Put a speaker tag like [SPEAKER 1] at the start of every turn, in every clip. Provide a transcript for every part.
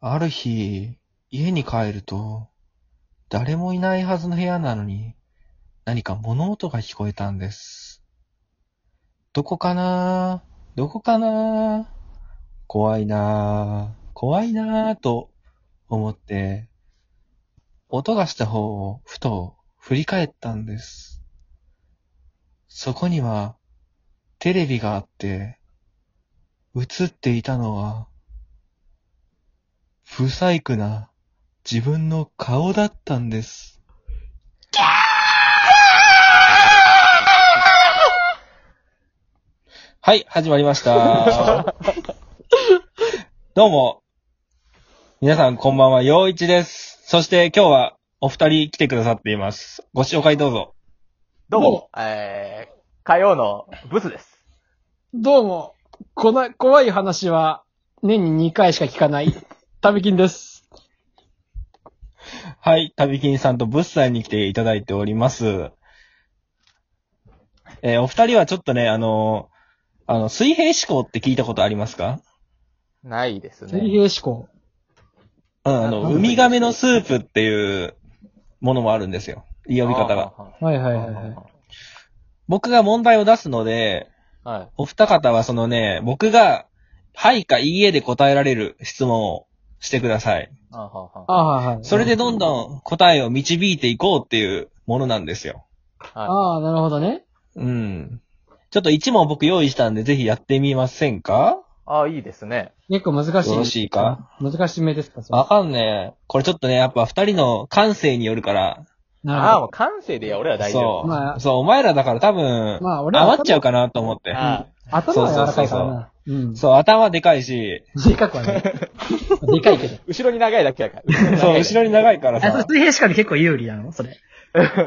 [SPEAKER 1] ある日、家に帰ると、誰もいないはずの部屋なのに、何か物音が聞こえたんです。どこかなどこかな怖いな怖いなと思って、音がした方をふと振り返ったんです。そこには、テレビがあって、映っていたのは、不細工な自分の顔だったんです。はい、始まりま した。どうも。皆さんこんばんは、陽一です。そして今日はお二人来てくださっています。ご紹介どうぞ。
[SPEAKER 2] どうも、えー、火曜のブスです。
[SPEAKER 3] どうも、こな、怖い話は、年に2回しか聞かない、食べ金です。
[SPEAKER 1] はい、旅金さんとブッサンに来ていただいております。えーお二人はちょっとね、あのあの、水平思考って聞いたことありますか
[SPEAKER 2] ないです
[SPEAKER 3] 水
[SPEAKER 2] ね。
[SPEAKER 3] 平思考。
[SPEAKER 1] うん、あ
[SPEAKER 2] な
[SPEAKER 1] の、
[SPEAKER 2] んだ
[SPEAKER 1] ウミガメのスープっていうものもあるんですよ。呼び方が。
[SPEAKER 2] が。
[SPEAKER 3] はいはい
[SPEAKER 2] はい
[SPEAKER 3] はいはい。
[SPEAKER 1] 僕が問題を出すので、
[SPEAKER 2] はい。
[SPEAKER 1] お二方はそのね、僕が、はいかいいえで答えられる質問をしてください。
[SPEAKER 2] あはは
[SPEAKER 3] あ
[SPEAKER 2] は
[SPEAKER 3] あ、はい。
[SPEAKER 1] それでどんどん答えを導いていこうっていうものなんですよ。
[SPEAKER 2] は
[SPEAKER 3] ああ、なるほどね。
[SPEAKER 1] うん。ちょっと一問僕用意したんで、ぜひやってみませんか
[SPEAKER 2] い。あいいですね。
[SPEAKER 3] 結構難しい。
[SPEAKER 1] よろしいか
[SPEAKER 3] 難しめですか、それ
[SPEAKER 1] わかんねえ。これちょっとね、やっぱ二人の感性によるから。
[SPEAKER 3] な
[SPEAKER 2] ああ、
[SPEAKER 3] る
[SPEAKER 2] もう感性でや、俺は大丈
[SPEAKER 1] そ
[SPEAKER 2] 夫。
[SPEAKER 1] う、
[SPEAKER 3] まあ
[SPEAKER 1] そう、お前らだから多分、
[SPEAKER 3] まあ俺は
[SPEAKER 1] 余っちゃうかなと思って。
[SPEAKER 2] あ
[SPEAKER 3] 頭は柔らかいからな。うん。
[SPEAKER 1] そう、頭でかいし、
[SPEAKER 3] でかくは ない。でかいけど。
[SPEAKER 2] 後ろに長いだけだから。
[SPEAKER 1] そう、後ろに長いか らさ。
[SPEAKER 3] 水平思考で結構有利なのそれ。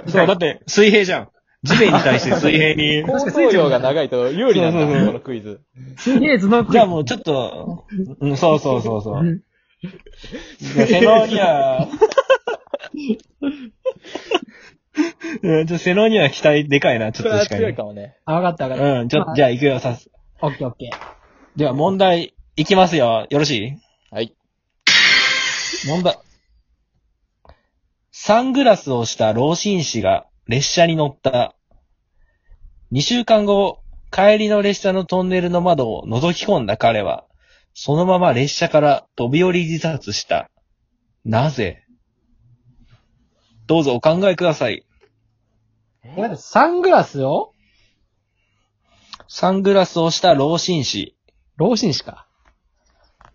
[SPEAKER 1] そう、だって水平じゃん。地面に対して水平に。
[SPEAKER 2] 構想量が長いと有利なんだ、
[SPEAKER 1] そうそうそう
[SPEAKER 2] このクイズ。
[SPEAKER 3] 水平図の
[SPEAKER 1] じゃあもうちょっと、うん、そうそうそうそ
[SPEAKER 3] う
[SPEAKER 1] う。
[SPEAKER 3] ん
[SPEAKER 1] いや、セノ ニア。うん、ちょ、セノニア期待でかいな、ち
[SPEAKER 2] そ
[SPEAKER 1] ょ
[SPEAKER 2] れ
[SPEAKER 1] っと
[SPEAKER 2] は
[SPEAKER 1] 確か
[SPEAKER 2] 強い
[SPEAKER 1] に。
[SPEAKER 2] かもね。
[SPEAKER 3] あ、わかったわかっ
[SPEAKER 1] うん、ちょ、じゃあ行くよ、さす。
[SPEAKER 3] た。オッケーオッケ
[SPEAKER 1] では問題、いきますよ。よろし
[SPEAKER 2] はい。
[SPEAKER 1] い問題。サングラスをした老紳士が列車に乗った。2週間後、帰りの列車のトンネルの窓を覗き込んだ彼は、そのまま列車から飛び降り自殺した。なぜどうぞお考えください。
[SPEAKER 3] ー。だってサングラスを
[SPEAKER 1] サングラスをした老紳士
[SPEAKER 3] 老人しか。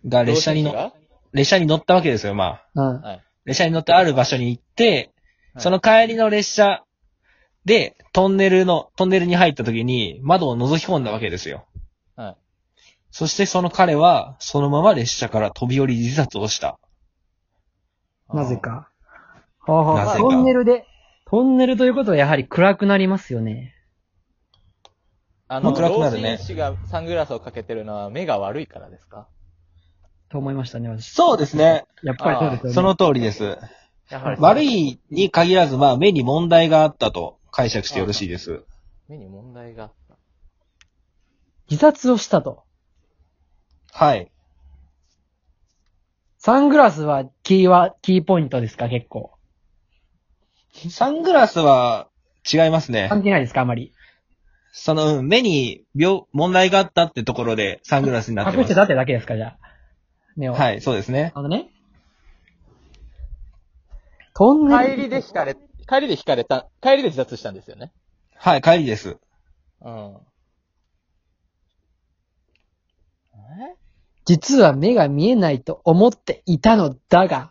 [SPEAKER 1] が列車にの、
[SPEAKER 2] は
[SPEAKER 1] 列車に乗ったわけですよ、まあ。
[SPEAKER 3] うん。
[SPEAKER 2] い。
[SPEAKER 1] 列車に乗ってある場所に行って、
[SPEAKER 2] はい
[SPEAKER 1] その帰りの列車でトンネルの、トンネルに入った時に窓を覗き込んだわけですよ。
[SPEAKER 2] はい。
[SPEAKER 1] そしてその彼はそのまま列車から飛び降り自殺をした。
[SPEAKER 3] なぜ。か。はあ
[SPEAKER 1] な
[SPEAKER 3] は
[SPEAKER 1] ぜ
[SPEAKER 3] あ、
[SPEAKER 1] か
[SPEAKER 3] トンネルで。
[SPEAKER 4] トンネルということはやはり暗くなりますよね。
[SPEAKER 2] あの、
[SPEAKER 1] 暗く
[SPEAKER 2] 老
[SPEAKER 1] なるね
[SPEAKER 2] 人誌がサングラスをかけてるのは目が悪いからですか
[SPEAKER 4] と思いましたね、私。
[SPEAKER 1] そうですね。
[SPEAKER 4] やっぱりそうですよね。
[SPEAKER 1] その通りです。
[SPEAKER 2] やはりそう
[SPEAKER 1] 悪。いに限らず、まあ目に問題があったと解釈してよろしいです。
[SPEAKER 2] 目に問題があった。
[SPEAKER 3] 自殺をしたと。
[SPEAKER 1] はい。
[SPEAKER 4] サングラスはキーは、キーポイントですか、結構。
[SPEAKER 1] サングラスは違いますね。
[SPEAKER 4] 関係ないですか、あまり。
[SPEAKER 1] その、うん目に病、問題があったってところでサングラスになって
[SPEAKER 4] 隠
[SPEAKER 1] ま
[SPEAKER 4] して
[SPEAKER 1] す。
[SPEAKER 4] たってだけですか、じゃあ。目を。い。
[SPEAKER 1] はい、そうですね。
[SPEAKER 4] あのね。
[SPEAKER 3] トンネ
[SPEAKER 2] 帰
[SPEAKER 3] ル。
[SPEAKER 2] りで惹かれ、帰りで惹かれた、帰りで自殺したんですよね。
[SPEAKER 1] はい、帰りです。
[SPEAKER 2] うん。え
[SPEAKER 4] 実は目が見えないと思っていたのだが、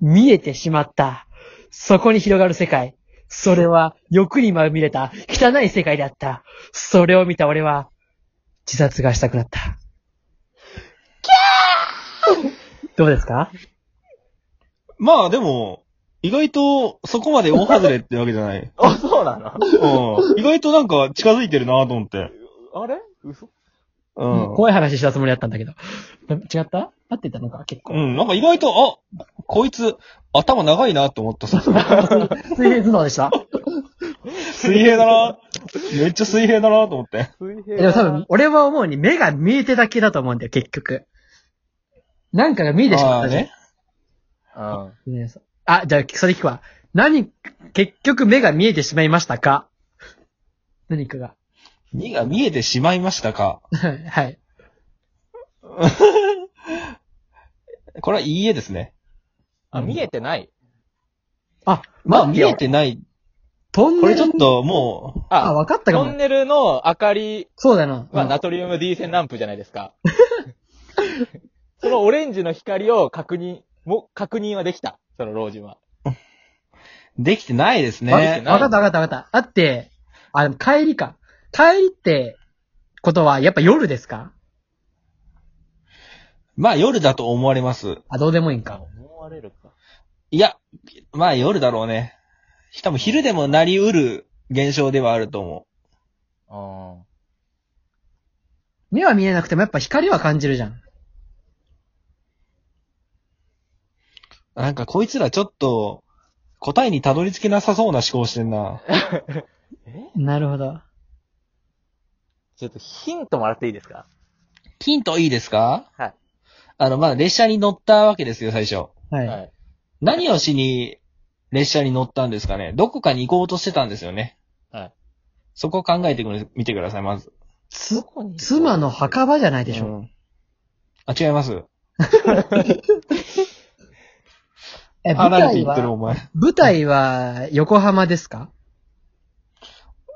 [SPEAKER 4] 見えてしまった。そこに広がる世界。それは欲にまみれた汚い世界であった。それを見た俺は、自殺がしたくなった。どうですか
[SPEAKER 1] まあでも、意外とそこまで大外れってわけじゃない。
[SPEAKER 2] あ、そうなの
[SPEAKER 1] うん。意外となんか近づいてるなと思って。
[SPEAKER 2] あれ嘘
[SPEAKER 1] う
[SPEAKER 4] 怖い話したつもりだったんだけど。違った合ってたのか結構。
[SPEAKER 1] ん。うん、なんか意外と、あ、こいつ、頭長いなと思ったさ。
[SPEAKER 4] 水平頭脳でした。
[SPEAKER 1] 水平だなめっちゃ水平だなと思って。
[SPEAKER 2] 水平
[SPEAKER 4] えでも多分、俺は思うに目が見えてだけだと思うんだよ、結局。なんかが見えてしまったね。
[SPEAKER 2] うん。
[SPEAKER 4] ねそあ、じゃあ、それ聞くわ。何、結局目が見えてしまいましたか何かが。
[SPEAKER 1] 2が見えてしまいましたか
[SPEAKER 4] はいはい。
[SPEAKER 1] これはいいえですね。
[SPEAKER 2] あ、見えてない。
[SPEAKER 4] あ、
[SPEAKER 1] まあ
[SPEAKER 4] 待っ
[SPEAKER 1] 見
[SPEAKER 4] てよ
[SPEAKER 1] えてない。
[SPEAKER 4] トンネ
[SPEAKER 1] こ
[SPEAKER 4] ル
[SPEAKER 1] れちょっとも
[SPEAKER 4] あ、
[SPEAKER 2] あ、
[SPEAKER 4] わかったか
[SPEAKER 2] トン
[SPEAKER 4] も。
[SPEAKER 2] ネルの明かり
[SPEAKER 4] そうだな。
[SPEAKER 2] は
[SPEAKER 4] うん
[SPEAKER 2] ナトリウム D 線ランプじゃないです か。そのオレンジの光を確認、も、確認はできた。その老人は。
[SPEAKER 1] う、できてないです
[SPEAKER 4] わかっ
[SPEAKER 1] ね。
[SPEAKER 4] たわかったわかったわかった。だって、あ、でも帰りか。帰りってことは、やっぱ夜ですか
[SPEAKER 1] まあ夜だと思われます。
[SPEAKER 4] あ、どうでもいいんか。
[SPEAKER 2] 思われるか。
[SPEAKER 1] いや、まあ夜だろうね。しかも昼でもなりうる現象ではあると思
[SPEAKER 2] うん。
[SPEAKER 4] 目は見えなくてもやっぱ光は感じるじゃん。
[SPEAKER 1] う。なんかこいつらちょっと、答えにたどり着けなさそうな思考してんな。
[SPEAKER 4] なるほど。
[SPEAKER 2] ちょっとヒントもらっていいですか
[SPEAKER 1] ヒントいいですか
[SPEAKER 2] はい。
[SPEAKER 1] あの、まあ列車に乗ったわけですよ、最初。
[SPEAKER 4] はい。
[SPEAKER 2] はい。
[SPEAKER 1] 何をしに列車に乗ったんですかねどこかに行こうとしてたんですよね。
[SPEAKER 2] はい。
[SPEAKER 1] そこを考えてみてください、まず。
[SPEAKER 4] つ、
[SPEAKER 2] こに
[SPEAKER 4] 妻の墓場じゃないでしょ。
[SPEAKER 1] うんあ、違います。
[SPEAKER 4] え、舞
[SPEAKER 1] 離れてい
[SPEAKER 4] 台
[SPEAKER 1] ってる、お
[SPEAKER 4] は、
[SPEAKER 1] 前。
[SPEAKER 4] 舞台は横浜ですか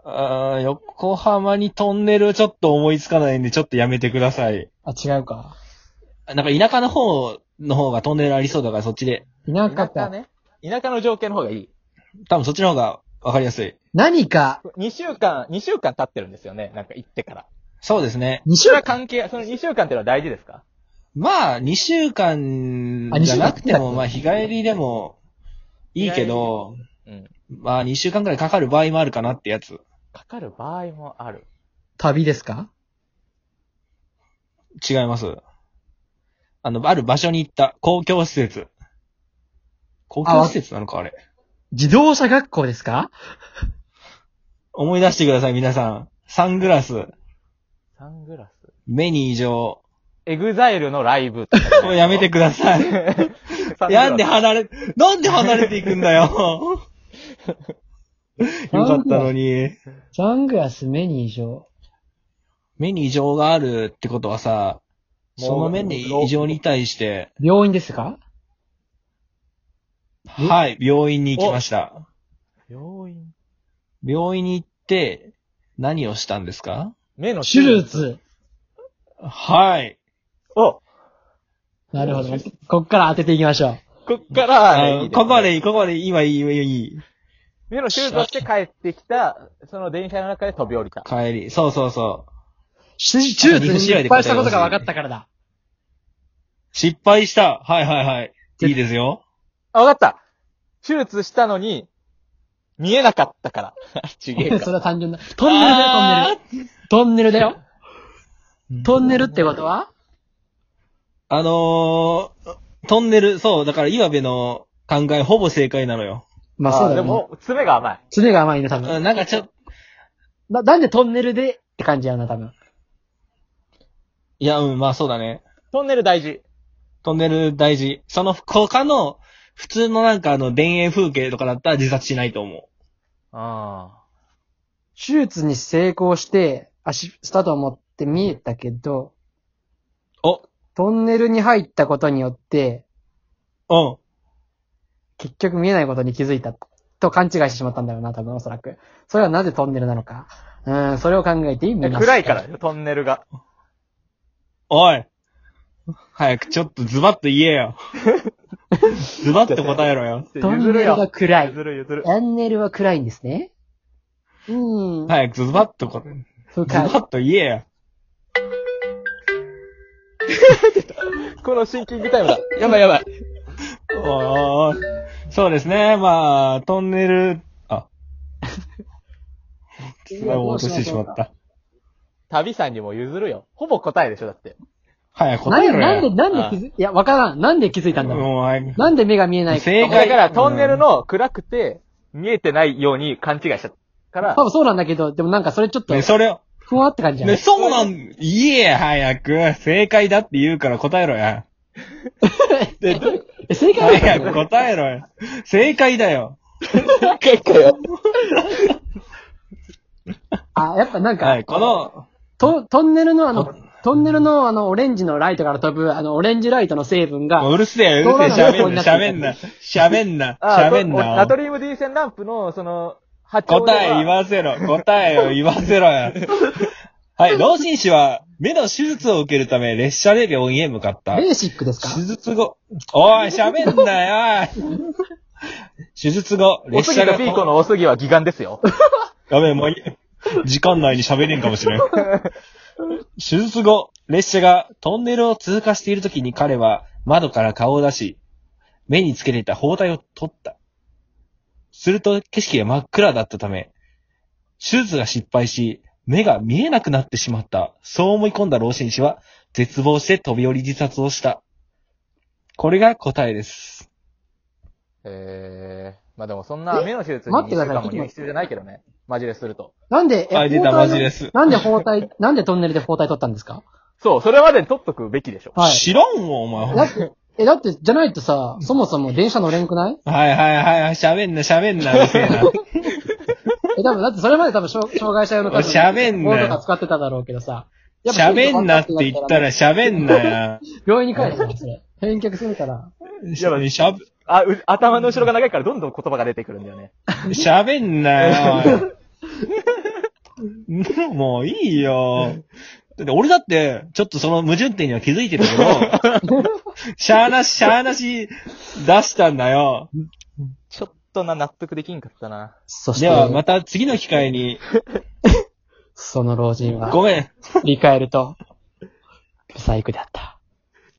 [SPEAKER 1] あー横浜にトンネルちょっと思いつかないんで、ちょっとやめてください。
[SPEAKER 4] あ、違うか。
[SPEAKER 1] なんか田舎の方の方がトンネルありそうだから、そっちで。
[SPEAKER 4] 田
[SPEAKER 2] 田
[SPEAKER 4] 舎か。
[SPEAKER 2] 舎ね。田舎の情景の方がいい。
[SPEAKER 1] 多分そっちの方がわかりやすい。
[SPEAKER 4] 何か、
[SPEAKER 2] 2週間、2週間経ってるんですよね。なんか行ってから。
[SPEAKER 1] そうですね。
[SPEAKER 4] 2
[SPEAKER 2] そ
[SPEAKER 4] 週
[SPEAKER 2] れは
[SPEAKER 4] 間。
[SPEAKER 2] 関係、その2週間っていうのは大事ですか
[SPEAKER 1] まあ、2週間
[SPEAKER 4] あ二
[SPEAKER 1] じゃ
[SPEAKER 4] 週間
[SPEAKER 1] なくても、 まあ、日帰りでもいいけど、
[SPEAKER 2] うん。
[SPEAKER 1] まあ、2週間くらいかかる場合もあるかなってやつ。
[SPEAKER 2] かかる場合もある。
[SPEAKER 4] 旅ですか
[SPEAKER 1] 違います。あの、ある場所に行った公共施設。公共施設なのか、あれ。
[SPEAKER 4] 自動車学校ですか
[SPEAKER 1] 思い出してください、皆さん。サングラス、
[SPEAKER 2] サングラス。
[SPEAKER 1] 目に異常。
[SPEAKER 2] エグザイルのライブとか
[SPEAKER 1] もうやめてください。
[SPEAKER 2] サングラス
[SPEAKER 1] なんで離れ、なんで離れていくんだ よ。よかったのに。
[SPEAKER 4] サングラス目に異常。
[SPEAKER 1] 目に異常があるってことはさ、
[SPEAKER 2] もう
[SPEAKER 1] その目に異常に対して、
[SPEAKER 4] 病院ですか
[SPEAKER 2] え
[SPEAKER 1] はい、病院に行きました。
[SPEAKER 2] 病院。
[SPEAKER 1] 病院に行って、何をしたんですか
[SPEAKER 2] 目の
[SPEAKER 4] 手。術。
[SPEAKER 1] はい。
[SPEAKER 2] お
[SPEAKER 4] なるほど。こっから当てていきましょう。
[SPEAKER 2] こっから、
[SPEAKER 1] あ
[SPEAKER 2] いい
[SPEAKER 1] の
[SPEAKER 2] ですね
[SPEAKER 1] ここまでいい、ここまでいい、今いい、今いい。
[SPEAKER 2] 目の手術をして帰ってきた、その電車の中で飛び降りた。
[SPEAKER 1] 帰り。そうそうそう。
[SPEAKER 4] 手術に失敗したことが分かったからだ。
[SPEAKER 1] 失敗した。はいはいはい。
[SPEAKER 4] 絶
[SPEAKER 1] いいですよ。
[SPEAKER 2] あ、わかった手術したのに、見えなかったから。ちげえ か。
[SPEAKER 4] それは単純な。トンネルだよ、トンネル。トンネルだよ。トンネルってことは
[SPEAKER 1] あのー、トンネル、そう、だから岩部の考えほぼ正解なのよ。
[SPEAKER 4] ま
[SPEAKER 2] で。も、爪が甘い。
[SPEAKER 4] 常が甘いね、多分。
[SPEAKER 1] うんなんかちょっと、
[SPEAKER 4] な、なんでトンネルでって感じやな、多分。
[SPEAKER 1] いや、うん、まあそうだね。
[SPEAKER 2] トンネル大事。
[SPEAKER 1] トンネル大事。その他の、普通のなんかあの、田園風景とかだったら自殺しないと思
[SPEAKER 2] ああ。
[SPEAKER 4] 手術に成功して、あし、したと思って見えたけど、
[SPEAKER 1] う。お、
[SPEAKER 4] トンネルに入ったことによって、
[SPEAKER 1] うん。
[SPEAKER 4] 結局見えないことに気づいたと勘違いしてしまったんだろうな、多分おそらく。それはなぜトンネルなのか。うん、それを考えていい
[SPEAKER 2] 暗いから。よ、トンネルが。
[SPEAKER 1] おい。早くちょっとズバッと言え よ。ズバッと答えろよ。
[SPEAKER 4] トンネ
[SPEAKER 2] 譲
[SPEAKER 4] ル
[SPEAKER 2] る
[SPEAKER 4] が
[SPEAKER 2] よ。
[SPEAKER 4] 暗い。
[SPEAKER 2] 譲る譲る。
[SPEAKER 4] トンネルは暗いんですね。うーん。
[SPEAKER 1] 早くズバッとこ、ズバ
[SPEAKER 4] 深い。
[SPEAKER 1] ッと言えよ。
[SPEAKER 2] このシンキングタイムだ。やばいやばい。
[SPEAKER 1] おーそうですね。まあ、トンネル、あ、つなごうとしてしまった。
[SPEAKER 2] 旅さんにも譲るよ。ほぼ答えでしょ、だって。
[SPEAKER 1] 早く
[SPEAKER 4] な
[SPEAKER 1] 答え
[SPEAKER 4] ん
[SPEAKER 1] ろ
[SPEAKER 4] で、
[SPEAKER 1] よ。
[SPEAKER 4] なんで、なんで気づい、いや、わからん。なんで気づいたんだろ
[SPEAKER 1] もう早
[SPEAKER 4] う。
[SPEAKER 1] く
[SPEAKER 4] なんで目が見えないか。
[SPEAKER 1] 正
[SPEAKER 2] だ
[SPEAKER 1] 解
[SPEAKER 2] から、トンネルの暗くて、見えてないように勘違いしちゃったから
[SPEAKER 4] 多、分そうなんだけど、でもなんかそれちょっと
[SPEAKER 1] ね、、それを、
[SPEAKER 4] ふわって感じじゃな
[SPEAKER 1] ね、
[SPEAKER 4] い
[SPEAKER 1] そうなん、言えや、早く。正解だって言うから答えろや。で、ど
[SPEAKER 4] え、正解
[SPEAKER 1] 早く答えろよ。正解だよ。
[SPEAKER 2] 一回かよ。
[SPEAKER 3] あ、やっぱなんか、
[SPEAKER 1] はい、この、
[SPEAKER 3] トトンネルのあの、トンネルのあの、オレンジのライトから飛ぶ、あの、オレンジライトの成分
[SPEAKER 1] も
[SPEAKER 3] が、
[SPEAKER 1] ううるせえよ、うるせえ、喋んな、喋んな、喋んな、
[SPEAKER 2] あ
[SPEAKER 1] 喋ん
[SPEAKER 2] そうナト
[SPEAKER 1] な。
[SPEAKER 2] リウム D 線ランプの、その、波長では
[SPEAKER 1] 答え言わせろ、答えを言わせろよ。はい、老人氏は目の手術を受けるため列車で病院へ向かった。
[SPEAKER 4] ベーシックですか
[SPEAKER 1] 手術後、おい、喋んなよ、おい。手術後、
[SPEAKER 2] お
[SPEAKER 1] 列
[SPEAKER 2] すぎ
[SPEAKER 1] 車
[SPEAKER 2] と
[SPEAKER 1] が
[SPEAKER 2] ピーコのおすぎは義眼です よ。
[SPEAKER 1] やべえ、もうい、時間内に喋れんかもしれん。手術後、列車がトンネルを通過しているときに彼は窓から顔を出し、目につけていた包帯を取った。すると景色が真っ暗だったため、手術が失敗し、目が見えなくなってしまった。そう思い込んだ老紳士は、絶望して飛び降り自殺をした。これが答えです。
[SPEAKER 2] えー、まあでもそんな目の手術に
[SPEAKER 4] 待ってくださ
[SPEAKER 2] 一
[SPEAKER 4] い
[SPEAKER 2] 週間も入院必要じゃないけどね。マジですると。
[SPEAKER 4] なんで、え
[SPEAKER 1] あ、出た、
[SPEAKER 4] 包
[SPEAKER 1] マ
[SPEAKER 4] 帯
[SPEAKER 1] ジです。
[SPEAKER 4] なんで包 帯、なんでトンネルで包帯取ったんですか
[SPEAKER 2] そう、それまでに取っとくべきでしょ。
[SPEAKER 4] はい。
[SPEAKER 1] 知らんわ、お前。
[SPEAKER 4] だって、え、だって、じゃないとさ、そもそも電車乗れんくない
[SPEAKER 1] はいはいはいはい、喋んな、喋んな、うるせえな。
[SPEAKER 4] え、多分、だってそれまで多分、障障害者用の多分、
[SPEAKER 1] 喋んな
[SPEAKER 4] 棒とか使ってただろうけどさ。やっぱ
[SPEAKER 1] 喋んなって言ったら、喋ん なよ。
[SPEAKER 4] 病院に帰るじゃん、それ。返却するから。
[SPEAKER 1] しゃ喋
[SPEAKER 2] あ、う頭の後ろが長いからどんどん言葉が出てくるんだよね。
[SPEAKER 1] 喋んな よ。もういいよ。だって俺だって、ちょっとその矛盾点には気づいてたけど、 しゃーなし、しゃーなし出したんだよ。
[SPEAKER 2] ちょっとな、納得できんかったな。
[SPEAKER 4] そして、
[SPEAKER 1] では、また次の機会に、
[SPEAKER 4] その老人は、
[SPEAKER 1] ごめん。
[SPEAKER 4] 振り返ると、不細工だった。